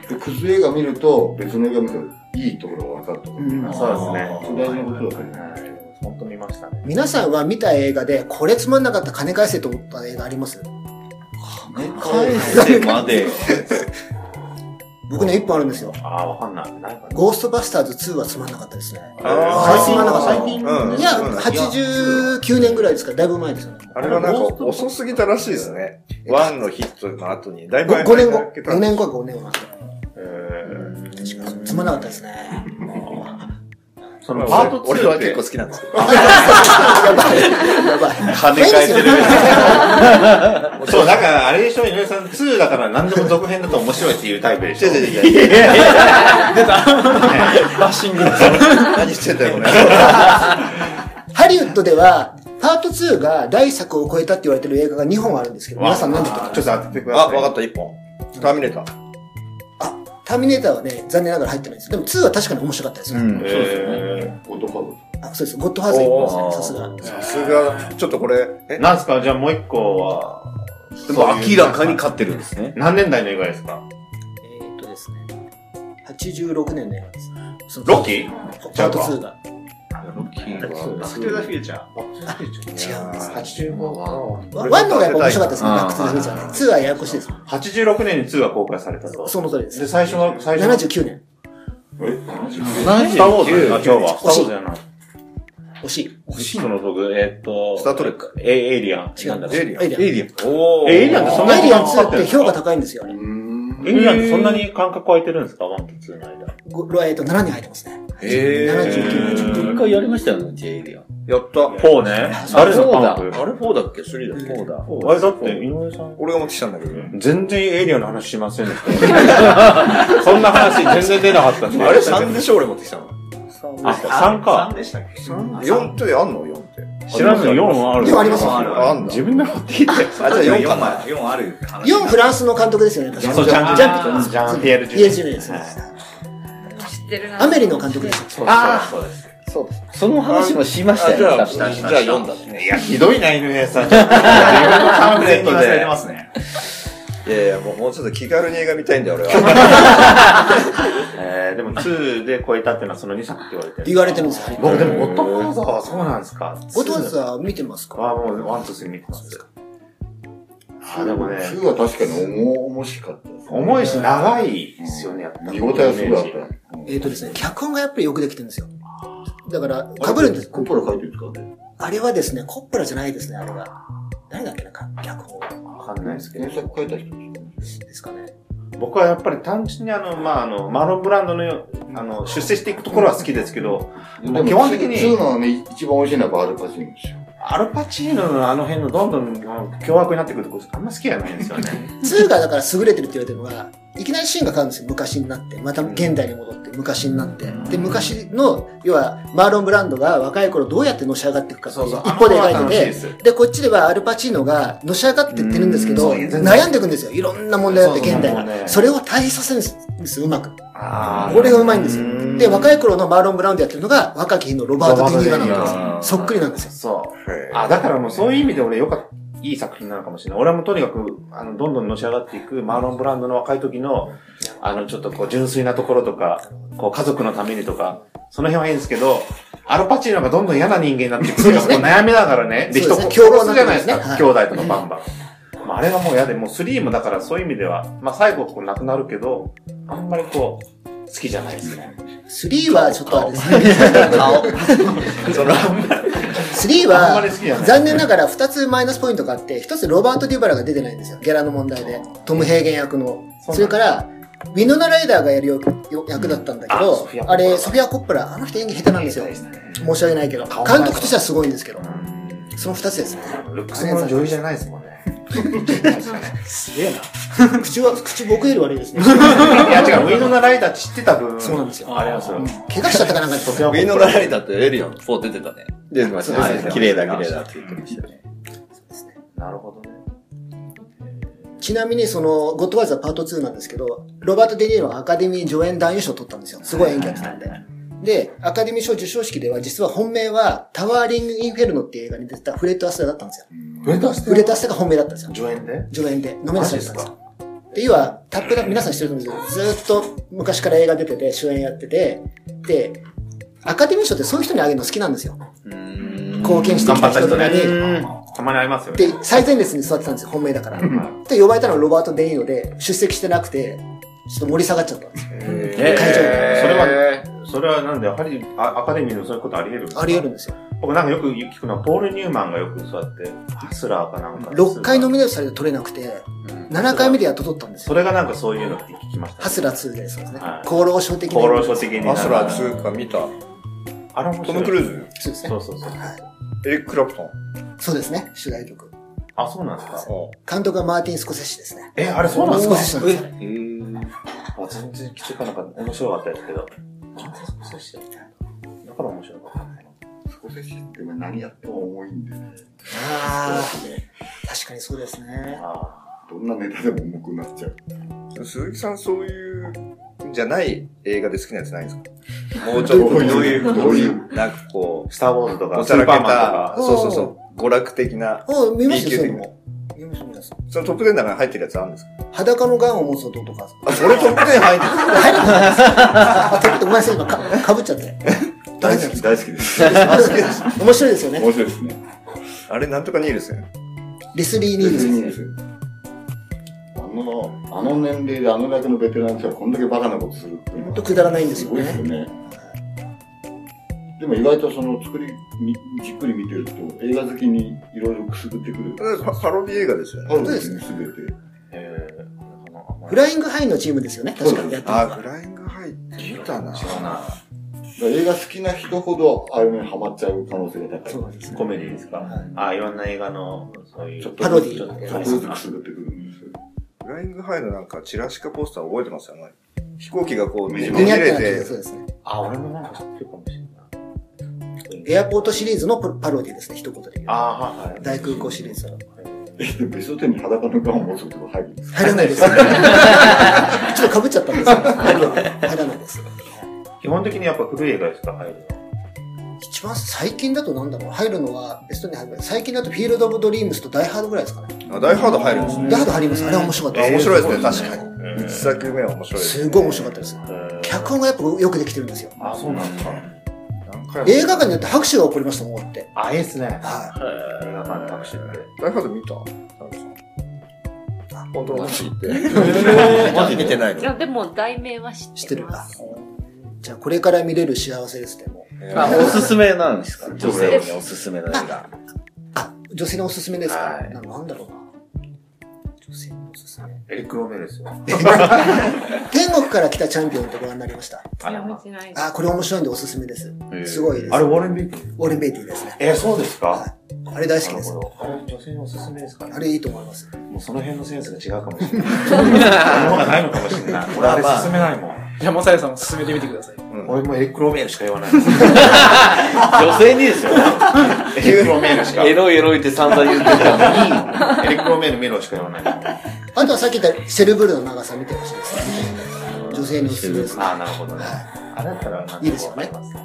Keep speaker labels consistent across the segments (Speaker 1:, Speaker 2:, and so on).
Speaker 1: ね。
Speaker 2: で、クズ映画見ると、別の映画見ると、いいところが分かるとか。
Speaker 1: そうですね。
Speaker 2: そう大事なことだと思う。
Speaker 1: はい本当見ましたね。
Speaker 3: 皆さんは見た映画で、これつまんなかった金返せと思った映画あります
Speaker 4: 返せまで。
Speaker 3: 僕ね、1本あるんですよ。
Speaker 1: ああ、わかんない。ないかな。
Speaker 3: ゴーストバスターズ2はつまんなかったですね。
Speaker 5: あ
Speaker 3: 最近はなかった
Speaker 4: 最近
Speaker 5: うん
Speaker 3: いや、89年ぐらいですから、だいぶ前ですよね。
Speaker 5: あれはなんか遅すぎたらしいですね。ワンのヒットの後に、だいぶ
Speaker 3: 5,
Speaker 5: 前
Speaker 3: 年後、
Speaker 5: け
Speaker 3: 4年後か5年後なんで
Speaker 1: えー
Speaker 3: つまんなかったですね。
Speaker 1: そのパート2
Speaker 5: 俺は
Speaker 1: っ
Speaker 5: 結
Speaker 1: て
Speaker 5: 構好きなんですけど。
Speaker 3: やばい。やばい。
Speaker 1: 跳ね返ってる。そう、だから、あれでしょ、井上さん、2だから何でも続編だと面白いっていうタイプでしょ。
Speaker 5: 違う違う違う。
Speaker 4: バッシング。
Speaker 5: 何言ってんだよ、俺。
Speaker 3: ハリウッドでは、パート2が第一作を超えたって言われてる映画が2本あるんですけど、皆さん何だと思いま
Speaker 1: ちょっ
Speaker 3: す
Speaker 1: と当ててくだ
Speaker 5: あ、
Speaker 1: さい。
Speaker 5: わか
Speaker 1: っ
Speaker 5: った、一本。ターミネーター。
Speaker 3: ターミネーターはね、残念ながら入ってないです。でも2は確かに面白かったですよ。
Speaker 4: うん
Speaker 1: た。
Speaker 2: そうです
Speaker 1: え
Speaker 2: 男
Speaker 3: あ、そうです。ゴッドファーザー1本ですね、さすが。
Speaker 5: さすが、ちょっとこれ、え
Speaker 1: ー、なんすかじゃあもう一個は、
Speaker 4: でも明らかに勝ってるんですね。
Speaker 1: 何年代の映画ですか
Speaker 3: えーっとですね、86年の映画です。
Speaker 1: ロッキー
Speaker 3: パート2が。
Speaker 2: ロッ
Speaker 5: 金は。
Speaker 1: スクール・ザ・フューチャー。
Speaker 3: 違うんです
Speaker 5: 85は。
Speaker 3: ワワンの方がやっぱ面白かったですね、
Speaker 1: うん
Speaker 3: バックトゥザフューチャーね。ツーはややこしいですもん。
Speaker 1: 86年に2が公開されたと。
Speaker 3: その通りです。
Speaker 1: で、最初の、最初の。
Speaker 3: 79年。
Speaker 1: 何スター・ウォーズだよな、今日は。
Speaker 3: 惜
Speaker 1: スター・ウォー
Speaker 3: しい
Speaker 1: ズじゃない。
Speaker 3: 惜しい。
Speaker 1: 惜しいの僕、えーっと。
Speaker 5: スタートレック。
Speaker 1: え、エイリアン。
Speaker 3: 違うんだ。
Speaker 5: エイリアン
Speaker 3: エイリアン。エイリアン
Speaker 6: おー。
Speaker 1: え、エイリアンってそんなに時間かか
Speaker 3: 2
Speaker 1: っ
Speaker 3: っ
Speaker 1: るん
Speaker 3: て
Speaker 1: です
Speaker 3: て
Speaker 1: か
Speaker 3: 評価高いんですよ、あれ。
Speaker 1: エイリアンってそんなに間隔空いてるんですか ?1 と2の間。
Speaker 3: ごろえっと、7年入ってますね。
Speaker 5: え
Speaker 3: 79年。
Speaker 7: 一回やりましたよね、J エリアン。
Speaker 5: やった。
Speaker 1: 4ね。あれ
Speaker 7: フォーだ。
Speaker 1: だ
Speaker 7: あれフォーだっけ ?3 だっけ
Speaker 3: フォー
Speaker 7: だ。
Speaker 1: あれだって、井上さん。
Speaker 5: 俺が持ってきたんだけど。
Speaker 1: 全然エイリアンの話しませんでした。 そんな話全然出なかったんで。
Speaker 5: あれ3でしょ俺持ってきたの。
Speaker 1: あ、3か。
Speaker 6: でしたっけ
Speaker 5: 4ってあんの ?4 って。
Speaker 1: 知らずに4はある。
Speaker 3: 4ありますよ。
Speaker 5: あんだ。
Speaker 1: 自分で持ってきて。
Speaker 5: あ、じゃあ4かな。
Speaker 6: 4ある。
Speaker 3: 4フランスの監督ですよね、確か
Speaker 1: そう、ジャン
Speaker 3: ジャンプ
Speaker 1: ジャンピエール・ジュ
Speaker 3: ピエールジュニアですね
Speaker 8: 知ってるな。
Speaker 3: アメリの監督でしたっけ
Speaker 1: ああ
Speaker 7: そうです。その話もしましたよ、ね、
Speaker 5: じゃあ
Speaker 7: 多分
Speaker 5: 4だね。
Speaker 1: いや、ひどいな、NA さん。パンフレット
Speaker 6: 忘れて
Speaker 1: で。
Speaker 6: ますね。
Speaker 5: いやいや、もうもうちょっと気軽に映画見たいんだよ、俺は。
Speaker 1: えー、でも2で超えたってのはその2作って言われてる。
Speaker 3: 言われてるんですよ。
Speaker 1: 僕でも、ゴッドファーザーはそうなんですか
Speaker 3: ゴトワズは見てますか
Speaker 1: はもう1と3見てたんですかあ、でもね、
Speaker 2: 2は確かに重々しかったですね。
Speaker 1: 重いし長いですよね、やっぱ
Speaker 2: 見応えはすごかった。
Speaker 3: えっとですね、脚本がやっぱりよくできてるんですよ。だから、被るんです。
Speaker 2: コッパラ書いてるんですかね。
Speaker 3: あれはですね、コップラじゃないですね、あれは。誰だっけな、か脚本
Speaker 1: わかんないですけど
Speaker 2: 原。作書いた人で
Speaker 3: ですかね。
Speaker 1: 僕はやっぱり単純にあの、まあ、あの、マロンブランドの、あの、出世していくところは好きですけど、
Speaker 2: す
Speaker 1: もう基本的に
Speaker 2: 2のね、一番美味しいのはやっぱアルパチーノですよ。
Speaker 1: アルパチーノのあの辺のどんどんあの凶悪になってくるとこあんま好きじゃないんですよ ね。
Speaker 3: 2がだから優れてるって言われてるのが、いきなりシーンが変わるんですよ。昔になって。また現代に戻って、昔になって。で、昔の、要は、マーロン・ブランドが若い頃どうやってのし上がっていくかっていう一
Speaker 1: あの
Speaker 3: 歩で
Speaker 1: は
Speaker 3: 描い
Speaker 1: 楽しいで
Speaker 3: て
Speaker 1: す。
Speaker 3: て、で、こっちではアルパチーノがのし上がってってるんですけど、
Speaker 1: うんそう全然
Speaker 3: 悩んでいくんですよ。いろんな問題があって、現代
Speaker 1: そうそうそうそう
Speaker 3: が。それを対比させるんですよ、うまく。
Speaker 1: あー
Speaker 3: これがうまいんですよ。で、若
Speaker 1: い
Speaker 3: い頃のマーロン・ブラウンでやってるのが、若き日のロバート・ディニーロなんですよ。そっくりなんですよ。
Speaker 1: そう。あ、だからもうそういう意味で俺よかった。いい作品なのかもしれない。俺はもうとにかく、あの、どんどんのし上がっていく、マーロン・ブランドの若い時の、あの、ちょっとこう、純粋なところとか、こう、家族のためにとか、その辺はいいんですけど、アルパチーノがどんどん嫌な人間になっていく
Speaker 3: そう
Speaker 1: る
Speaker 3: で
Speaker 1: か、
Speaker 3: す
Speaker 1: こ
Speaker 3: ね
Speaker 1: う悩みながらね、で、人
Speaker 3: そう
Speaker 1: 殺
Speaker 3: ですね
Speaker 1: すじゃないですか、兄
Speaker 3: 凶
Speaker 1: 弟とかバンバン。まあ、あれがもう嫌で、もう3もだからそういう意味では、まあ最後こうなくなるけど、あんまりこう、好きじゃないです ね。
Speaker 3: 3はちょっとあれ ですね。
Speaker 1: その、
Speaker 3: 3
Speaker 1: あんま
Speaker 3: は
Speaker 1: り好きじゃない、
Speaker 3: 残念ながら2つマイナスポイントがあって、1つロバート・デュバラが出てないんですよ。ギャラの問題で。トム・ヘーゲン役の。
Speaker 1: そうなんだ
Speaker 3: それから、ウィノナ・ライダーがやるよよ役だったんだけ
Speaker 1: あソ
Speaker 3: ど
Speaker 1: フィアコッポ、ラ
Speaker 3: あれ、ソフィア・コップラ、あの人演技下手なんですよ。申し訳ないけど。
Speaker 1: 顔が
Speaker 3: 監督としてはすごいんですけど。その2つですね。
Speaker 1: ルックスもの女優じゃないですもんね。
Speaker 3: すげえな。 口は、口僕より悪いです ね。
Speaker 1: いや違う、ウィノナライダー知ってた分。
Speaker 3: そうなんですよ
Speaker 1: ありますよ。
Speaker 3: 怪我しちゃったかなんかです
Speaker 1: ウ
Speaker 5: ウィンドライダーとエイリアン。
Speaker 7: 4出てたね。
Speaker 5: 出てましたね。
Speaker 7: 綺麗だ、綺麗だって言ってましたね。
Speaker 1: なるほどね。
Speaker 3: ちなみにその、ゴッドワイズはパート2なんですけど、ロバート・デ・ニーロがアカデミー助演男優賞を取ったんですよ。すごい演技やってたんで。で、アカデミー賞受賞式では、実は本命は、タワーリング・インフェルノっていう映画に出てたフレット・アスターだったんですよ。
Speaker 1: ブレンダース
Speaker 3: フレット・アスターが本命だったんですよ。
Speaker 1: 助演で
Speaker 3: 助演で、ノミネートされてたんです
Speaker 1: マ
Speaker 3: よ。で、要は、タップだ、皆さん知ってると思うんですけど、ずーっと昔から映画出てて、主演やってて、で、アカデミー賞ってそういう人にあげるの好きなんですよ。貢献してきた人とかに。
Speaker 1: たまにありますよね。
Speaker 3: で、最前列に座ってたんですよ、本命だから。で、呼ばれたのはロバート・デ・ニーロで、出席してなくて、ちょっと盛り下がっちゃったんですよ。
Speaker 1: え
Speaker 3: 会場
Speaker 1: ーそれは、それはなんで、やはりあアカデミーでもそういうことあり得るんですか
Speaker 3: あり得るんですよ。
Speaker 1: 僕なんかよく聞くのは、ポール・ニューマンがよくそうやって、ハスラーかなんか。
Speaker 3: 6回ノミネートされて取れなくて、7回目でやっと取ったんです
Speaker 1: そ
Speaker 3: よ。
Speaker 1: れがなんかそういうのって聞きました。
Speaker 3: ハスラ2で、そうですね
Speaker 1: は。い
Speaker 3: 厚労省的な。
Speaker 1: 厚労省的に。
Speaker 5: アスラー2か見た。
Speaker 1: あれ面白い
Speaker 5: トム・クルーズ
Speaker 3: そうですね
Speaker 1: そ。うそうそう。
Speaker 5: エリック・クラプトン。
Speaker 3: そうですね、主題曲。
Speaker 1: あ、そうなんですか。
Speaker 3: 監督はマーティン・スコセッシですね。
Speaker 1: え、あれそうなんです
Speaker 3: ス
Speaker 1: か
Speaker 3: コセッシなんですよ。
Speaker 1: あ全然気づかなかった。面白かったですけど。だから面白かった。
Speaker 2: スコセッシって何やっても重いんでね。
Speaker 3: ああ、確かにそうですね。
Speaker 1: あ
Speaker 2: どんなネタでも重くなっちゃう。
Speaker 5: 鈴木さん、そういう、じゃない映画で好きなやつないんですかもうちょっと、どういう、
Speaker 2: どういう
Speaker 5: なんかこ
Speaker 1: ースター・ウォーズと
Speaker 5: う、
Speaker 1: か、
Speaker 5: お
Speaker 1: ス
Speaker 5: ちゃらけ
Speaker 1: ーパーマンと
Speaker 5: た
Speaker 1: か、。
Speaker 3: ー
Speaker 5: そうそうそう、娯楽的な、
Speaker 3: あ見ま
Speaker 5: B
Speaker 3: した
Speaker 5: 級
Speaker 3: よ、そう
Speaker 5: 的
Speaker 3: いう
Speaker 5: な
Speaker 3: の。。見ました、見ました。
Speaker 5: そのトップ10の中に入ってるやつあるんですか
Speaker 3: 裸のガンを持つ男とか。
Speaker 5: あ、それトップ10入ってる。
Speaker 3: 入らなかったんです。あ、ちょっとごめんなさい、今かかぶっちゃって。
Speaker 2: 大
Speaker 3: 大好
Speaker 2: 好
Speaker 3: き
Speaker 2: き、大好き です。
Speaker 3: 面白いです よね。
Speaker 2: 面白いですね。
Speaker 5: あれ、なんとかニールセン。
Speaker 3: レスリー・ニ
Speaker 2: 別
Speaker 3: ー
Speaker 2: に
Speaker 3: ル
Speaker 2: です。あの、あの年齢であのだけのベテランがこんだけバカなことするっていうのは
Speaker 3: 本当くだらないんですよね
Speaker 2: ごいですよね。でも意外とその作り、みじっくり見てると映画好きにいろいろくすぐってくる。
Speaker 5: パパロディ映画ですよね。
Speaker 2: あるんですね、すべて。
Speaker 1: えー
Speaker 3: フライングハイのチームですよね。確かにやってるの
Speaker 5: あ、
Speaker 3: は。
Speaker 5: フライング入ってたな。
Speaker 1: 違うな。
Speaker 2: だから映画好きな人ほどああいうのにハマっちゃう可能性が高い。
Speaker 3: そうなんですね。
Speaker 1: コメディですか、ああ、いろんな映画の、そういう。
Speaker 2: ちょっと
Speaker 3: パロディ
Speaker 2: ちょっとちょっとずつくすぐってくるんですよ。
Speaker 5: フライングハイのなんかチラシかポスター覚えてますよね。飛行機がこう、ねじ
Speaker 3: 気になっ
Speaker 5: れ
Speaker 3: てなって
Speaker 5: て
Speaker 3: そ、うですね。
Speaker 1: あ、俺もなんか知ってるかもしれない。
Speaker 3: エアポートシリーズのパロディですね、一言で言う。
Speaker 1: ああ、はいはい。
Speaker 3: 大空港シリーズは。
Speaker 2: でベスト10に裸のガンを持つことが入るんです
Speaker 3: 入らないです。ちょっと被っちゃったんですよ。入らないです。
Speaker 1: 基本的にやっぱ古い映画ですか、入る
Speaker 3: 一番最近だとなんだろう入るのはベストに入る最近だとフィールド・オブ・ドリームスとダイ・ハードぐらいですかね。
Speaker 5: あダイハード入るんですね。
Speaker 3: ダイ・ハード入ります。あれは面白かった
Speaker 5: あ面
Speaker 3: です。
Speaker 5: 白いですね、確かに。一作目は面白いです。
Speaker 3: すごい面白かったです。
Speaker 1: の。
Speaker 3: 脚本がやっぱよくできてるんですよ。
Speaker 1: あ、そうなんですか。
Speaker 5: 何回も
Speaker 3: 映画館によって拍手が起こりましたもん、って。
Speaker 1: あ、いいっすね。
Speaker 3: は
Speaker 1: 映画館のタクシーって。
Speaker 5: ダイハード見た田辺さん本当の話言って。
Speaker 7: マジ見てないの
Speaker 8: いや、でも題名は知
Speaker 3: い。
Speaker 8: っ
Speaker 3: してて
Speaker 8: る
Speaker 3: る
Speaker 8: ま
Speaker 3: か
Speaker 8: す。。
Speaker 3: じゃあ、これから見れる幸せですね、もう。
Speaker 7: あ、おすすめなんですか女性におすすめの映画。
Speaker 3: あ、女性のおすすめですか、
Speaker 7: はい
Speaker 3: ななんだろうな。女性のおすすめ。
Speaker 1: エリック・ロメですよ。
Speaker 3: 天国から来たチャンピオンとご覧になりました。
Speaker 8: いや、見てないです。
Speaker 3: あ、これ面白いんでおすすめです。すごいです。
Speaker 1: あれ、ウォーレン・ビーティ
Speaker 3: ウォーレン・ベイティーですね。
Speaker 1: え、そうですか
Speaker 3: あれ大好
Speaker 1: な
Speaker 3: き
Speaker 1: る
Speaker 3: です
Speaker 1: ほ。ど。あれ、女性のおすすめですかね
Speaker 3: あ。れいいと思います。
Speaker 1: もうその辺のセンスが違うかもしれない。その方がないのかもしれない。 俺、あれ進めないもん。
Speaker 9: じゃあ、マサヤさんも進めてみてください。
Speaker 1: 俺もエリック・ロメールしか言わ ないもん。
Speaker 7: 女性にですよ。
Speaker 1: エリック・ロメールしか。
Speaker 7: エロいエロいって散々言ってたのに。
Speaker 1: エリック・ロメール見ろしか言わない。あ
Speaker 3: あとはさっき言ったセルブールの長さ見てほしいですね。女性のおすすめです。
Speaker 1: なるほどね。あれだったら、なん
Speaker 3: いいですよね
Speaker 1: ますね。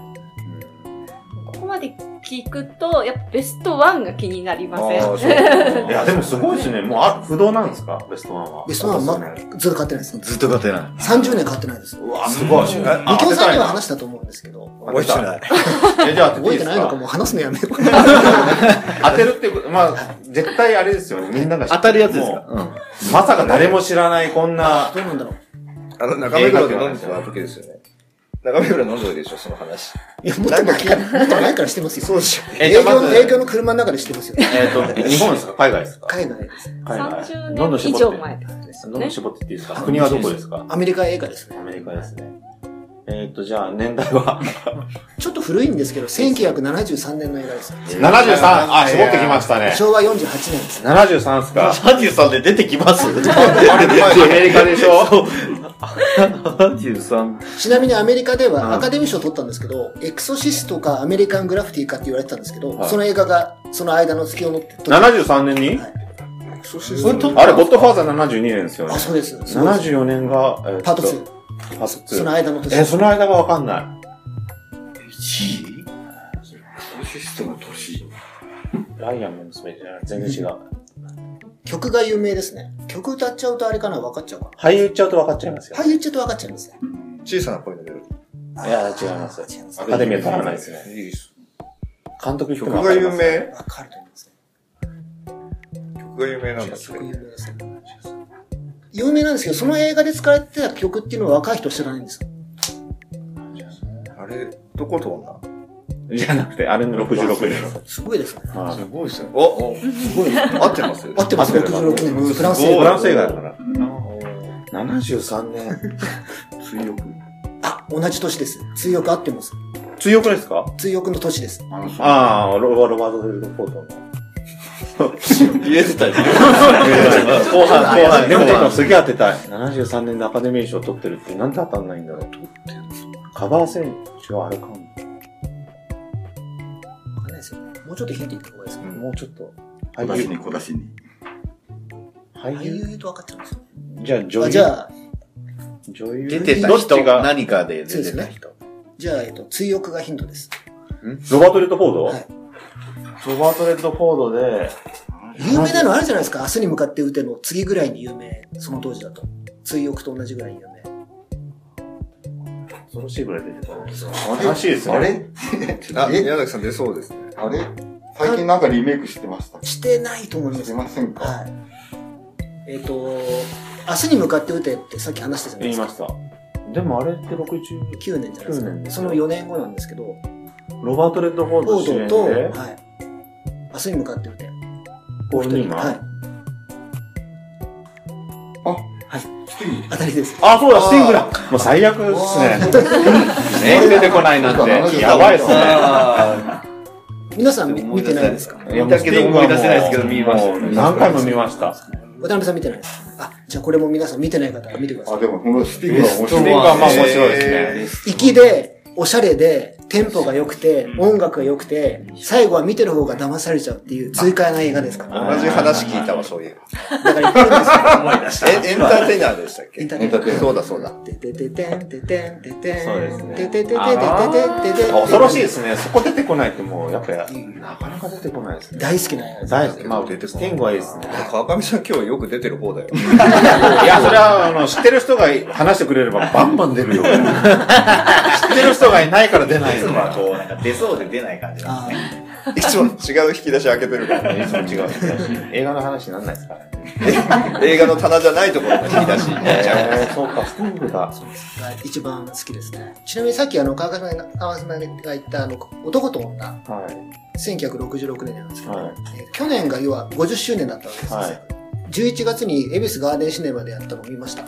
Speaker 8: ここまで聞くと、やっぱベストワンが気になりません。
Speaker 5: あーそう
Speaker 1: いや、でもすごいですね。もう、あ、不動なんですかベストワンは。
Speaker 3: ベストワンは、
Speaker 1: そう
Speaker 3: ま
Speaker 1: ですね、
Speaker 3: ずっと買ってないです。
Speaker 7: ずっと勝てない。
Speaker 3: 30年買ってないです。
Speaker 1: うわ、すごい。えあ
Speaker 3: みきおさんには
Speaker 1: 当
Speaker 3: 話したと思うんですけど、
Speaker 5: 覚えてない。
Speaker 1: てたいえじゃあ当てて
Speaker 3: 覚
Speaker 1: い
Speaker 3: え
Speaker 1: いで
Speaker 3: て
Speaker 1: す
Speaker 3: ないのか
Speaker 1: か
Speaker 3: もう話すのや めよう。
Speaker 1: 当てるってこと、まあ、絶対あれですよね。みんなが知って
Speaker 7: 当たるやつですか
Speaker 1: も
Speaker 7: うん。
Speaker 1: うまさか誰も知らない、こんな。
Speaker 3: どうなんだろう。
Speaker 5: あの、中目黒で飲んでた時ですよね。中目黒飲んどいでしょ、その話。
Speaker 3: いや、もっと前から、もっと前からしてますよ。そうですよ。
Speaker 1: え
Speaker 3: 営
Speaker 1: じゃあま
Speaker 3: 業
Speaker 1: ず
Speaker 3: の、営業の車の中でしてますよ。
Speaker 1: えっ、と、日本ですか海外ですか
Speaker 3: 海外です。
Speaker 1: 海外。どん
Speaker 8: 30
Speaker 1: どん
Speaker 8: 年以
Speaker 1: 絞っ
Speaker 8: 上
Speaker 1: て
Speaker 8: 前ってことです
Speaker 1: ど
Speaker 8: よ
Speaker 1: んど
Speaker 8: ね
Speaker 1: ん。絞っていっていいですか国はどこですか
Speaker 3: アメリカ映画です
Speaker 1: ア
Speaker 3: ね。
Speaker 1: メリカですね。えっ、と、じゃあ、年代 は
Speaker 3: ちょっと古いんですけど、1973年の映画です。
Speaker 1: ?73! あ、絞ってきましたね。
Speaker 3: 昭和48年です。
Speaker 1: 73っすか
Speaker 7: ハジさんで出てきま
Speaker 1: ア
Speaker 7: す
Speaker 1: メリカでしょ
Speaker 7: ハジさん。
Speaker 3: ちなみにアメリカではアカデミー賞を取ったんですけど、エクソシストかアメリカングラフィティかって言われてたんですけど、その映画がその間の月を乗って撮った
Speaker 1: ?73 年に、
Speaker 3: はい
Speaker 1: あれ、ゴッドファーザー72年ですよね
Speaker 3: あ、。そうです。そうです
Speaker 1: 74年が、えーと
Speaker 3: パート2。
Speaker 1: パート2。
Speaker 3: その間の年。
Speaker 1: え、その間がわかんない。
Speaker 2: システムの年。
Speaker 1: ライアンの娘じゃない。全然違う。
Speaker 3: 曲が有名ですね。曲歌っちゃうとあれかな分かっちゃうか
Speaker 1: 俳優言っちゃうと分かっちゃいますよ。
Speaker 3: な。俳優っちゃうと分かっちゃいますね。
Speaker 5: 小さな声の出る。
Speaker 1: いや、違います。
Speaker 3: 違います
Speaker 1: アカデミーは取らないですね。
Speaker 5: いいです。
Speaker 1: 監督
Speaker 5: 曲が有
Speaker 1: 名。
Speaker 5: 名
Speaker 3: 分かると思いますね。
Speaker 5: 曲が有名なんだそれ
Speaker 3: 曲有名ですね。有名なんですけど、その映画で使われてた曲っていうのは若い人知らないんですよ。
Speaker 5: あれ、どこと女
Speaker 1: じゃなくて、あれの66年の。
Speaker 3: すごいですね。
Speaker 1: はい
Speaker 5: すごいですね。おすごい。合ってます
Speaker 3: 合ってます、
Speaker 1: 合ってる
Speaker 3: 66年です。フランス映
Speaker 1: フラン
Speaker 3: 画。
Speaker 1: ス映画だから。73年。
Speaker 2: 水浴。
Speaker 3: あ、同じ年です。追憶合ってます。
Speaker 1: 追憶ですか
Speaker 3: 追憶の年です。
Speaker 2: あの、そ
Speaker 1: ああ、ロロバート・デル・フォートの。
Speaker 7: 言えてたよ。
Speaker 1: 後半、後半。でも、でもすげえ当てたい。73年でアカデミー賞取ってるって、なんで当たんないんだろう。取ってるカバー選手はあれかも。
Speaker 3: わかんないですよね。もうちょっとヒント言った方がいいですか
Speaker 1: もうちょっと。
Speaker 2: う小
Speaker 1: 俳
Speaker 2: 出し
Speaker 1: 優
Speaker 2: に、。小出しに。
Speaker 1: 俳
Speaker 3: 俳優
Speaker 1: 優
Speaker 3: 言うと分かっちゃうんですよ。
Speaker 1: じゃあ、女
Speaker 3: あ
Speaker 1: 優。
Speaker 3: じゃあ、
Speaker 1: 女優。
Speaker 7: 出て
Speaker 3: ど
Speaker 7: た
Speaker 3: っ
Speaker 7: 人が何かで出てた人。
Speaker 3: じゃあ、えっと、追憶がヒントです。
Speaker 1: ロバート・レッド・フォード、
Speaker 3: はい
Speaker 1: ロバート・レッド・フォードで、
Speaker 3: 有名なのあるじゃないですか。明日に向かって打ての次ぐらいに有名。その当時だと。追憶と同じぐらいに有名。
Speaker 1: 恐ろしいぐらい出てた。悲しいですね。
Speaker 2: あれ
Speaker 5: あ、
Speaker 2: え
Speaker 5: 宮崎さん出そうですね。
Speaker 2: あれ最近なんかリメイクしてました。
Speaker 3: してないと思いま
Speaker 2: して
Speaker 3: す。
Speaker 2: ませんか
Speaker 3: はい。えっ、と、明日に向かって打てってさっき話したじゃない
Speaker 1: 言
Speaker 3: で
Speaker 1: い
Speaker 3: す
Speaker 1: ま
Speaker 3: か。
Speaker 1: した。でもあれって僕一応、
Speaker 3: 9年じゃない
Speaker 1: 9年
Speaker 3: で
Speaker 1: ですす
Speaker 3: か。その4年後なんですけど、
Speaker 1: ロバート・レッドフォー
Speaker 3: ボ
Speaker 1: ド主
Speaker 3: ー
Speaker 1: 演
Speaker 3: ドと、はい
Speaker 1: で、。
Speaker 3: 明日に向かって打て。
Speaker 1: ポール・ニーマン、
Speaker 3: はい。当たりです。
Speaker 1: あ、そうだ、スティングだもう最悪ですね。
Speaker 6: ね、出てこないなん
Speaker 2: なんか
Speaker 6: て。
Speaker 2: 70
Speaker 6: やばいっすね。
Speaker 3: 皆さん見見てないですか
Speaker 1: 見たけど思い出せないですけど見ました。何回も見ました。
Speaker 3: 渡辺さん見てないですかあ、じゃあこれも皆さん見てない方は見てくださ
Speaker 2: あ、でもこのスティングは面
Speaker 1: スティング
Speaker 2: 白い。
Speaker 1: はまあ面白いですね。
Speaker 3: い。粋で、おしゃれで、テンポが良くて、音楽が良くて、最後は見てる方が騙されちゃうっていう痛快な映画ですから。
Speaker 5: 同じ話聞いたわ、そういう。
Speaker 3: だから言ってるんですよ。
Speaker 5: え、エンターテイナーでしたっ
Speaker 3: エ
Speaker 5: け
Speaker 3: ンター
Speaker 2: ネタ
Speaker 3: テ
Speaker 2: で。
Speaker 5: そうだそうだ。
Speaker 3: イン。ててててんててんててん。
Speaker 1: そうですね
Speaker 3: てててててててててて
Speaker 1: 恐ろしいですね。そこ出てこないってもう、やっぱ、なかなか出てこないですね。
Speaker 3: 大好きな映画。
Speaker 1: 大好き。まあ、スティングはいいですね。
Speaker 5: 川上さん今日よく出てる方だよ。
Speaker 1: いや、それは、あの、知ってる人が話してくれればバンバン出る よ。知ってる人がいないから出ないのが、こう、なんか
Speaker 7: 出そうで出ない感じなん
Speaker 3: あー
Speaker 5: いつも違う引き出し開けてるから。
Speaker 1: いつも違う。映画の話にならないですからね。
Speaker 5: 映画の棚じゃないところの引き出しになっちゃう。
Speaker 1: えー、そうか、スティングだ。
Speaker 3: が一番好きですね。ちなみにさっきあの、川上さんが言ったあの、男と女、
Speaker 1: はい。
Speaker 3: 1966年なんですけど、
Speaker 1: はい。
Speaker 3: えー去年が要は50周年だったわけですよ、
Speaker 1: はい
Speaker 3: 11月に恵比寿ガーデンシネマでやったのを見ました。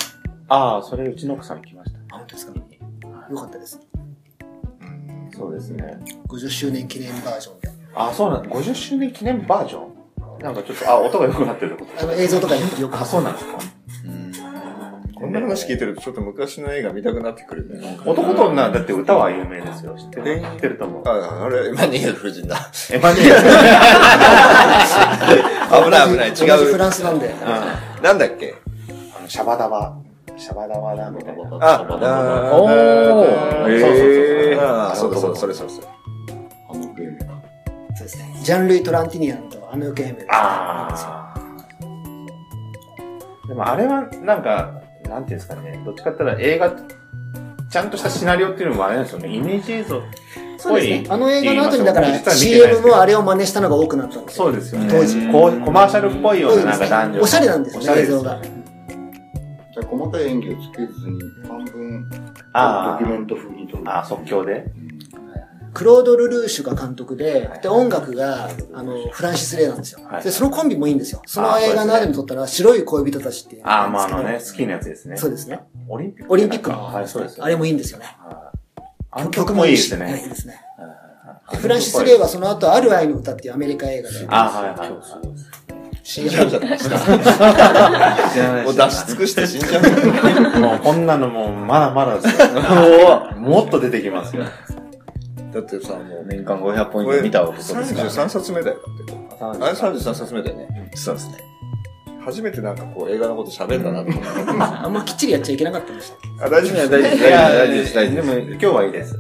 Speaker 1: ああ、それうちの奥さん来ました。
Speaker 3: あ本当ですかよかったです。
Speaker 1: そうですね。
Speaker 3: 50周年記念バージョンで。
Speaker 1: あ、そうなん50周年記念バージョンなんかちょっと、あ、音が良くなってるってこと
Speaker 3: あの映像とかよくよく
Speaker 1: あ、そうなんですか
Speaker 5: こんな話聞いてるとちょっと昔の映画見たくなってくるね。
Speaker 1: 男と女、だって歌は有名ですよ。知ってる知ってると思う。
Speaker 5: あ、あれ、今逃げる夫人だ。
Speaker 1: エマニュエル。
Speaker 5: 危ない危ない、
Speaker 3: 同じ同じ
Speaker 5: 違
Speaker 3: フ
Speaker 5: う。
Speaker 3: ランスなんで。
Speaker 1: あ
Speaker 5: なんだっけ
Speaker 1: の、シャバダバ。シャバダバだみたいな。
Speaker 5: あ、
Speaker 1: おー
Speaker 5: え
Speaker 1: ー
Speaker 5: そうそうそう、それそれそれ。
Speaker 2: あのゲームか。
Speaker 3: そうですね。ジャンルイ・トランティニアンとアメオケ・ヘメル。
Speaker 1: あーでもあれは、なんか、なんていうんですかね、どっちかって言ったら映画、ちゃんとしたシナリオっていうのもあれなんですよね、イメージ映像。
Speaker 3: そうですね。
Speaker 1: ぽい
Speaker 3: あの映画の後にだか
Speaker 1: 実は見てない
Speaker 3: ら
Speaker 1: ですけ
Speaker 3: CM
Speaker 1: ど
Speaker 3: もあれを真似したのが多くなったんですよ。
Speaker 1: そうですよね。
Speaker 3: 当時
Speaker 1: こうコマーシャルっぽいような、なんか男女。
Speaker 3: おしゃれなんですよ
Speaker 1: おしゃ
Speaker 3: ね、
Speaker 1: れ
Speaker 3: 映
Speaker 1: です
Speaker 3: 像が。
Speaker 2: じゃあ細かい演技をつけずに、半分、ド
Speaker 1: あ
Speaker 2: キュメント風に撮る。
Speaker 1: あ、あー即興で。
Speaker 3: クロード・ルルーシュが監督で、で、音楽が、あの、フランシス・レイなんですよ
Speaker 1: は。い
Speaker 3: で、そのコンビもいいんですよ。そ
Speaker 1: あ
Speaker 3: の
Speaker 1: ーそう
Speaker 3: 映
Speaker 1: ですね
Speaker 3: 画の後に撮ったら、白い恋人たちっていう。
Speaker 1: ああ、まああのね、好きなやつですね。
Speaker 3: そうですね。
Speaker 1: オリンピック。
Speaker 3: オリンピックの
Speaker 1: はい、そうですよ。
Speaker 3: あれもいいんですよね。
Speaker 1: あの曲もいいです
Speaker 3: い
Speaker 1: ね
Speaker 3: い。ですね。でフランシス・レイはその後、ある愛の歌っていうアメリカ映画で。
Speaker 1: あーはいはい。
Speaker 5: 死んじゃうじゃないですか。もう出し尽くして死んじゃう。
Speaker 1: もうこんなのもうまだまだです よ。もっと出てきますよ。
Speaker 5: だってさ、もう。
Speaker 7: 年間500本以上見た男ですから。
Speaker 5: 33冊目だよ。だってあれ33冊目だよね。
Speaker 7: そうですね。
Speaker 5: 初めてなんかこう映画のこと喋るかなと思って。
Speaker 3: あんまきっちりやっちゃいけなかったんでしたっけ
Speaker 5: あ、大丈夫です。
Speaker 7: 大丈夫です、
Speaker 1: いや、
Speaker 7: 大
Speaker 1: 大丈
Speaker 7: 丈夫
Speaker 1: 夫
Speaker 7: で、
Speaker 1: ですす、
Speaker 7: 大
Speaker 1: 大丈夫で
Speaker 7: 丈夫で
Speaker 1: す。でも今日はいいです。
Speaker 7: す。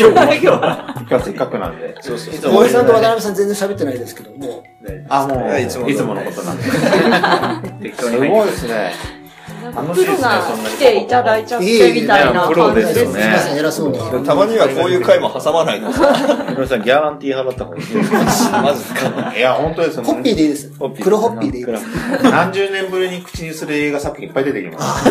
Speaker 7: 今日は
Speaker 1: 今日はせっかくなんで。
Speaker 5: そうそう。
Speaker 3: 大江さんと渡辺さん全然喋ってないですけど、も
Speaker 1: あ、も
Speaker 5: は
Speaker 1: う、
Speaker 5: い
Speaker 1: い
Speaker 5: いつ
Speaker 1: つ
Speaker 5: も
Speaker 1: も
Speaker 5: の
Speaker 1: のことなんで。
Speaker 7: 適当
Speaker 1: す
Speaker 7: に
Speaker 1: ご
Speaker 7: 入
Speaker 1: いです ね。楽しいで
Speaker 8: プロ
Speaker 1: すね
Speaker 8: が
Speaker 1: そんなに
Speaker 8: 来ていただいちゃってみたいな
Speaker 7: プロ
Speaker 8: 感じ
Speaker 7: で
Speaker 3: う、
Speaker 7: す
Speaker 3: す
Speaker 7: よ
Speaker 3: い
Speaker 7: ね
Speaker 3: ません、偉そうに。
Speaker 5: たまにはこういう回も挟まないの。
Speaker 7: って。皆さん、ギャランティー払った方がいい ですね。
Speaker 5: マジですか。
Speaker 1: いや、本当ですよ。
Speaker 3: ホッピーでいいです
Speaker 7: ホッピ。ー
Speaker 3: 黒ホッピーでいいです。
Speaker 1: 何十年ぶりに口にする映画作品いっぱい出てきます。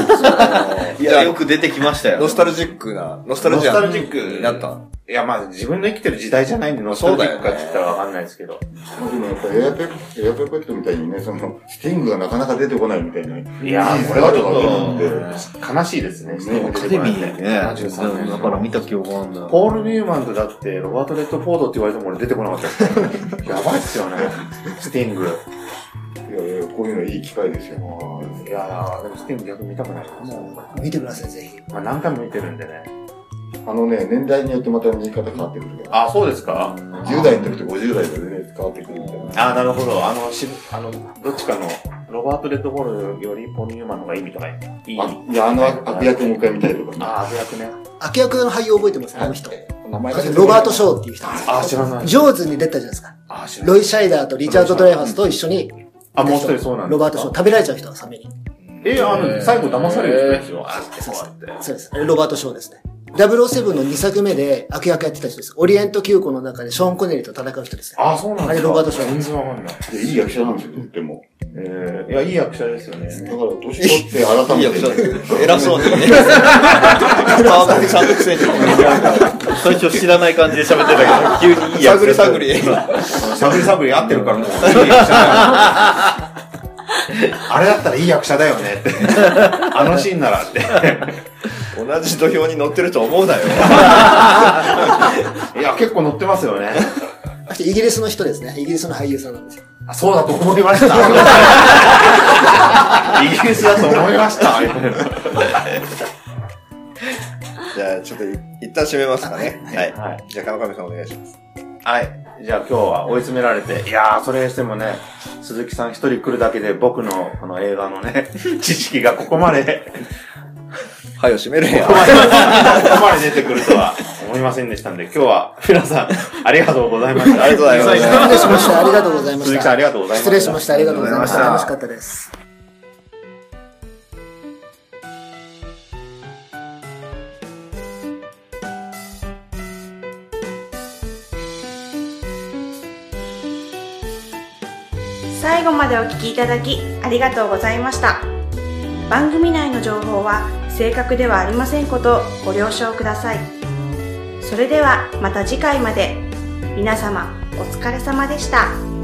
Speaker 7: いや、よく出てきましたよ。
Speaker 5: ノスタルジックな、ノスタル
Speaker 1: ノ
Speaker 5: ジ
Speaker 1: スタ
Speaker 5: ア
Speaker 1: ル
Speaker 5: ン
Speaker 1: ジック
Speaker 5: になった。
Speaker 1: いや、まあ自分の生きてる時代じゃないんで、ノスタルジックかって言ったらわかんないですけど。
Speaker 2: まあでもやっぱエアペエアペペットみたいにね、その、スティングがなかなか出てこないみたいな。
Speaker 1: いやー、これはちょっと、悲しいですね。
Speaker 2: ね
Speaker 7: アカデミーね。
Speaker 1: 73年
Speaker 7: だから見た記憶あんだ。
Speaker 1: ポール・ニューマンとだって、ロバート・レッドフォードって言われても俺出てこなかったですねやばいっすよね。スティング。
Speaker 2: いやいや、こういうのいい機会ですよ。
Speaker 1: いやー、でもスティング逆に見たくないですね
Speaker 3: 見てください、ぜひ。
Speaker 1: まあ何回も見てるんでね。
Speaker 2: あのね、年代によってまた見え方変わってくるから。
Speaker 1: あ、そうですか
Speaker 2: 10代の時と50代でね、変わってくるみたいな。
Speaker 1: あー、なるほど。あの、しあの、どっちかの、ロバート・レッドフォードよりポール・ニューマンの方がいいみたいな。いい。あ
Speaker 2: あいや、あの悪役もう一回見たいとかね。
Speaker 1: ー、悪役ね。
Speaker 3: 悪役の俳優覚えてますあの人。
Speaker 2: 名前
Speaker 3: ロバート・ショーっていう人なんですよ
Speaker 1: あー、知らない。
Speaker 3: ジョーズに出たじゃないですか。
Speaker 1: あー、知らない。
Speaker 3: ロイ・シャイダーとリチャード・ドライファスと一緒に、
Speaker 1: あ、もう一人そうなんですか
Speaker 3: ロバート・ショー。食べられちゃう人はサメに。
Speaker 1: えー、あの、最後騙される人でしょ。あー、そうやって。
Speaker 3: そうです。あれロバート・ショーですね。 007の2作目で悪役やってた人です。オリエント急行の中でショーン・コネリーと戦う人ですね。
Speaker 1: あ、そうなん
Speaker 3: あ
Speaker 1: で
Speaker 3: れ
Speaker 1: すか。
Speaker 3: ロバートショー
Speaker 1: 全然わかんない。
Speaker 2: いやいい役者なんですよ、とっても。
Speaker 1: えー、いや、いい役者ですよ
Speaker 2: だ
Speaker 1: ね。
Speaker 2: から、年取って改
Speaker 5: いい
Speaker 2: め
Speaker 5: 役
Speaker 2: て
Speaker 5: 者。です偉そうにね。パワーさんのくせに。
Speaker 7: 最初知らない感じで喋ってたけど、急にいいや
Speaker 5: 探り探り。
Speaker 1: サブリサブリ合ってるから もう、いい役者だよあれだったらいい役者だよねって。あのシーンならって。
Speaker 5: 同じ土俵に乗ってると思うなよ。
Speaker 1: いや、結構乗ってますよね。
Speaker 3: あとイギリスの人ですね。イギリスの俳優さんなんで すよ。
Speaker 1: あそうだと思いました。 イギリスだと思いました。
Speaker 5: じゃあ、ちょっと一旦締めますかね。はい。
Speaker 1: はい。
Speaker 5: じゃあ、川上さんお願いします。
Speaker 1: はい。じゃあ今日は追い詰められて、いやー、それにしてもね、鈴木さん一人来るだけで僕のこの映画のね、 知識がここまで、
Speaker 5: はい、締めるや
Speaker 1: ここまで、ここまで出てくるとは思いませんでしたんで、今日は皆さん、ありがとうございました。
Speaker 5: ありがとうございました
Speaker 3: 失礼しました。ありがとうございました。
Speaker 1: 鈴木さん、ありがとうございました。
Speaker 3: 失礼しました。ありがとうございました。楽しかったです。
Speaker 9: 最後までお聞きいただきありがとうございました番組内の情報は正確ではありませんことをご了承くださいそれではまた次回まで皆様お疲れ様でした。